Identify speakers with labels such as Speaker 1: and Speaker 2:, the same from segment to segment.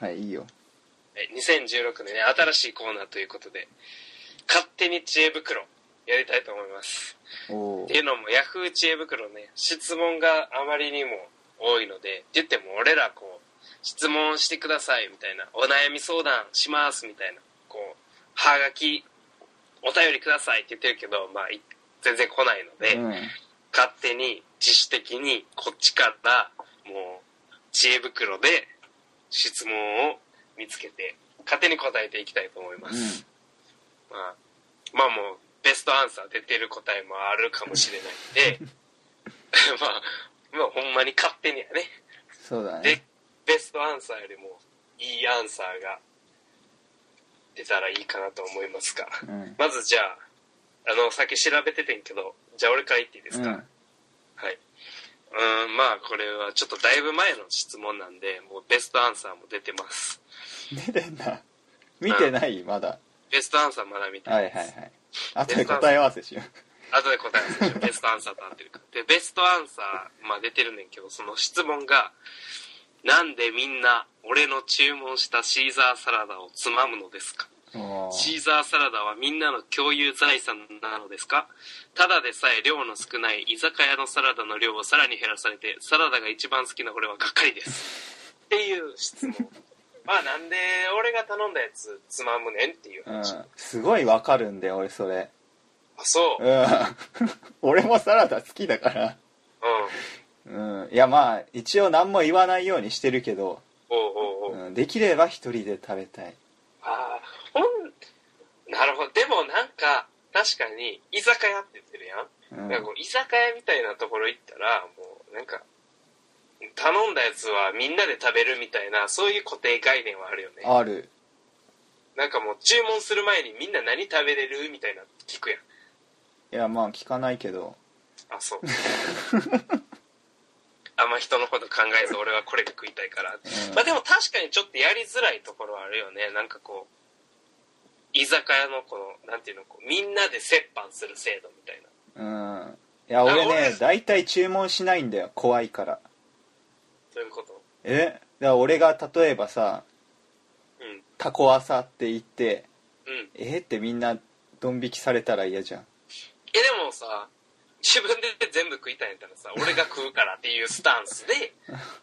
Speaker 1: はい、いいよ。
Speaker 2: え2016年ね、新しいコーナーということで、勝手に知恵袋やりたいと思います。
Speaker 1: お
Speaker 2: ってい
Speaker 1: ー
Speaker 2: うのも、ヤフー知恵袋ね、質問があまりにも多いので、って言っても俺らこう、質問してくださいみたいな、お悩み相談しますみたいな、こう、はがき、お便りくださいって言ってるけど、まあ、い全然来ないので、
Speaker 1: うん。
Speaker 2: 勝手に自主的にこっちからもう知恵袋で質問を見つけて勝手に答えていきたいと思います、まあ、まあもうベストアンサー出てる答えもあるかもしれないんで まあまあほんまに勝手にやね
Speaker 1: そうだ
Speaker 2: で
Speaker 1: ね。
Speaker 2: ベストアンサーよりもいいアンサーが出たらいいかなと思いますが
Speaker 1: うん。
Speaker 2: まずじゃああのさっき調べててんけどじゃあ俺から言っていいですか、
Speaker 1: うん。
Speaker 2: はい。うーん、まあこれはちょっとだいぶ前の質問なんで、もうベストアンサーも出てます。
Speaker 1: 出てんだ。見てないまだ。
Speaker 2: ベストアンサーまだ見て
Speaker 1: は
Speaker 2: ないい
Speaker 1: はい
Speaker 2: です。
Speaker 1: はい。あとで答え合わせしよ
Speaker 2: 後で答えますよベストアンサーとなってるか。で、ベストアンサー、まあ出てるねんけど、その質問が、なんでみんな俺の注文したシーザーサラダをつまむのですか
Speaker 1: う。おー
Speaker 2: シーザーサラダはみんなの共有財産なのですかただでさえ量の少ない居酒屋のサラダの量をさらに減らされてサラダが一番好きな俺はがっかりですっていう質問まあなんで俺が頼んだやつつまむねんっていう
Speaker 1: うん
Speaker 2: 話、あ。
Speaker 1: すごいわかるんだよ、俺それ。
Speaker 2: そう
Speaker 1: う
Speaker 2: うん
Speaker 1: ん。 俺もサラダ好きだから。うん。いやまあ、一応何も言わないようにしてるけど、
Speaker 2: おうおうおう、
Speaker 1: うん、できれば一人で食べたい。
Speaker 2: ああほんなるほどでもなんか確かに居酒屋って言ってるやん
Speaker 1: うん。
Speaker 2: なんかこう居酒屋みたいなところ行ったらもうなんか頼んだやつはみんなで食べるみたいなそういう固定概念はあるよね
Speaker 1: ある。
Speaker 2: なんかもう注文する前にみんな何食べれるみたいな聞くやん
Speaker 1: いやまあ聞かないけど。
Speaker 2: あ そうあんま人のこと考えず俺はこれが食いたいから
Speaker 1: うん
Speaker 2: まあでも確かにちょっとやりづらいところはあるよねなんかこう居酒屋のこのなんていうのこうみんなで折半する制度みたいな
Speaker 1: うん。いや、俺ね、大体注文しないんだよ。怖いから。
Speaker 2: そういうこと
Speaker 1: えだから俺が例えばさ、
Speaker 2: うん
Speaker 1: タコアサって言って、
Speaker 2: うん
Speaker 1: えってみんなドン引きされたら嫌じゃん。
Speaker 2: えでもさ自分で全部食いたいんやったらさ俺が食うからっていうスタンスで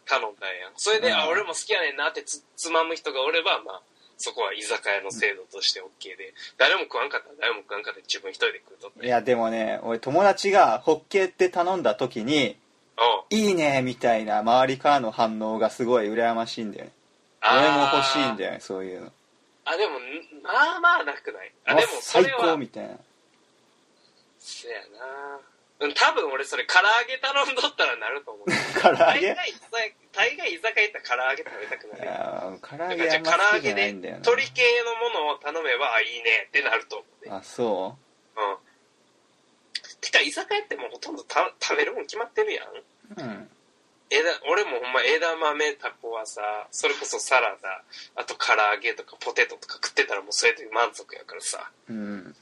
Speaker 2: 頼んだんやんそれで、
Speaker 1: うん
Speaker 2: あ俺も好きやねんなってつつまむ人がおればまあそこは居酒屋の制度として OK で誰も食わんかったら誰も食わんかったら自分一人で食うとって
Speaker 1: いや、でもね、俺友達がホッケーって頼んだ時に、
Speaker 2: おう
Speaker 1: いいねみたいな周りからの反応がすごい羨ましいんだよね。俺も欲しいん
Speaker 2: よ
Speaker 1: だよね、そういうの。
Speaker 2: あでもんまあまあなくないあ
Speaker 1: あ
Speaker 2: でもそ
Speaker 1: 最
Speaker 2: れは
Speaker 1: 高みたいな。
Speaker 2: そやなうん多分俺それ唐揚げ頼んどったらなると思う
Speaker 1: 唐揚
Speaker 2: 大
Speaker 1: げ
Speaker 2: 概居酒大概居酒屋行ったら唐揚げ食べたくなるよ
Speaker 1: あ唐
Speaker 2: な
Speaker 1: 揚
Speaker 2: んか
Speaker 1: げ
Speaker 2: じ
Speaker 1: あ
Speaker 2: ゃ
Speaker 1: んま
Speaker 2: あ
Speaker 1: 好
Speaker 2: 唐
Speaker 1: き
Speaker 2: 揚
Speaker 1: じ
Speaker 2: げ
Speaker 1: ゃない
Speaker 2: で
Speaker 1: んだよな。
Speaker 2: 鶏系のものを頼めばあいいねってなると思うね
Speaker 1: あ、そ
Speaker 2: うんてか居酒屋ってもうほとんどた食べるもん決まってるやん
Speaker 1: ううん。
Speaker 2: 枝俺もほんま枝豆タコはさそれこそサラダあと唐揚げとかポテトとか食ってたらもうそれで満足やからさ
Speaker 1: うん。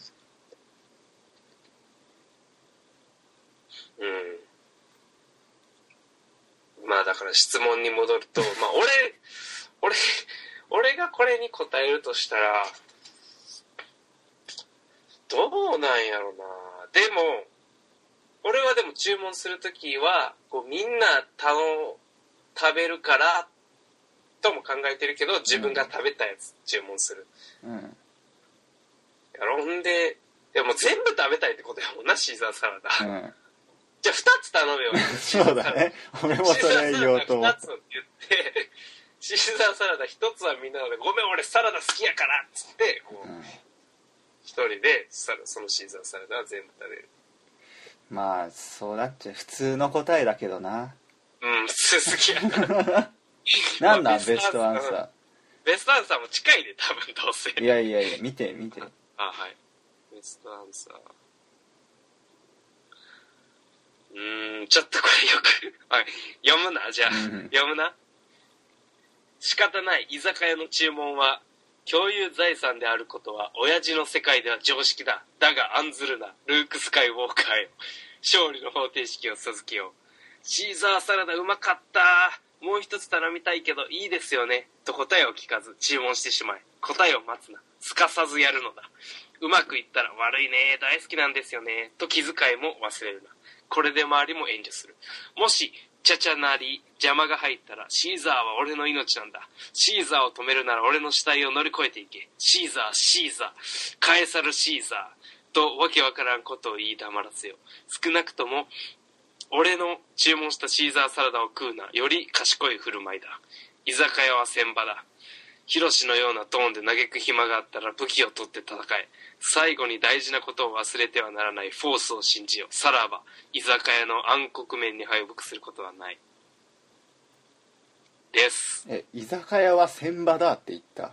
Speaker 2: うんまあだから質問に戻るとまあ俺俺俺がこれに答えるとしたらどうなんやろなでも俺はでも注文するときはこうみんな頼食べるからとも考えてるけど自分が食べたやつ注文する
Speaker 1: うん。
Speaker 2: やろほんででも全部食べたいってことやもんなシーザーサラダ、
Speaker 1: うん。
Speaker 2: じゃあ2つ頼めよ
Speaker 1: そうだね。 俺もそれ言おうと 思っ
Speaker 2: シーザーサラダ2つを言って、シーザーサラダ1つはみんなで、ごめん俺サラダ好きやからっつって、こ
Speaker 1: た。
Speaker 2: う
Speaker 1: うん
Speaker 2: 一人でサラそのシーザーサラダは全部食べる。
Speaker 1: まあ、そうだっちゃ普通の答えだけどな。
Speaker 2: うん、す好きやな。
Speaker 1: なんなん、
Speaker 2: まあ
Speaker 1: ベストアンサ
Speaker 2: ベストアンサーも近いで、多分どうせ
Speaker 1: ー。。いやいやいや、見て、見て。
Speaker 2: あ、はい。ベストアンサー。うーん、ちょっとこれよく、 はい、読むな、じゃあ、
Speaker 1: うん
Speaker 2: 読むな。仕方ない居酒屋の注文は、共有財産であることは、親父の世界では常識だ。だが案ずるな、ルーク・スカイ・ウォーカーよ。勝利の方程式を授けよう。シーザーサラダうまかった。もう一つ頼みたいけどいいですよねと答えを聞かず注文してしまい答えを待つなすかさずやるのだうまくいったら悪いね大好きなんですよねと気遣いも忘れるなこれで周りも援助するもしちゃちゃなり邪魔が入ったらシーザーは俺の命なんだシーザーを止めるなら俺の死体を乗り越えていけシーザーシーザーカエサルシーザーとわけわからんことを言い黙らせよ少なくとも俺の注文したシーザーサラダを食うなより賢い振る舞いだ居酒屋は船場だヒロシのようなトーンで嘆く暇があったら武器を取って戦え最後に大事なことを忘れてはならないフォースを信じよさらば居酒屋の暗黒面に敗北することはないです
Speaker 1: え居酒屋は船場だって言った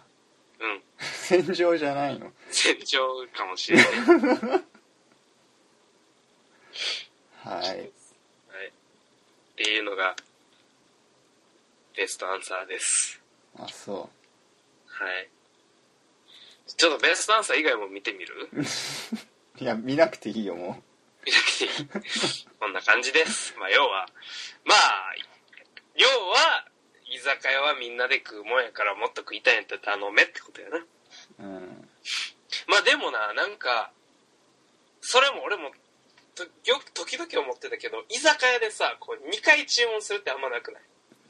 Speaker 2: うん
Speaker 1: 戦場じゃないの
Speaker 2: 戦場かもしれない
Speaker 1: はい
Speaker 2: はい。っていうのが、ベストアンサーです。
Speaker 1: あそ
Speaker 2: はい。ちょっとベストアンサー以外も見てみる見な
Speaker 1: ういや見なくていいよも
Speaker 2: くていい。 こんな感じです。まあ、要は、まあ、要は、居酒屋はみんなで食うもんやからもっと食いたいんやったら頼めってことやな。
Speaker 1: ううん
Speaker 2: まあでもな、なんか、それも俺も、とよく時々思ってたけど、居酒屋でさ、こう2回注文するってあんまなくない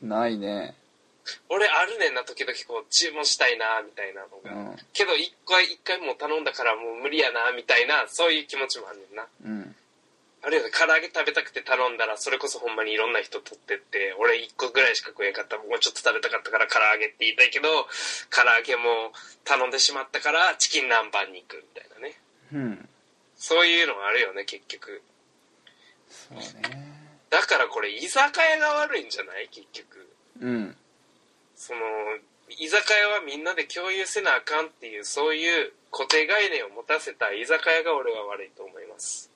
Speaker 1: ないね
Speaker 2: 俺あるねんな時々こう注文したいなみたいなの
Speaker 1: う
Speaker 2: が、
Speaker 1: ん
Speaker 2: けど一回一回もう頼んだからもう無理やなみたいなそういう気持ちもあんねんな
Speaker 1: うん
Speaker 2: あるいは唐揚げ食べたくて頼んだらそれこそほんまにいろんな人取ってって俺一個ぐらいしか食えんかったもうちょっと食べたかったから唐揚げって言いたいけど唐揚げも頼んでしまったからチキン南蛮に行くみたいなね
Speaker 1: うん
Speaker 2: そういうのもあるよね結局
Speaker 1: そうね
Speaker 2: だからこれ居酒屋が悪いんじゃない結局
Speaker 1: うん
Speaker 2: その居酒屋はみんなで共有せなあかんっていうそういう固定概念を持たせた居酒屋が俺は悪いと思います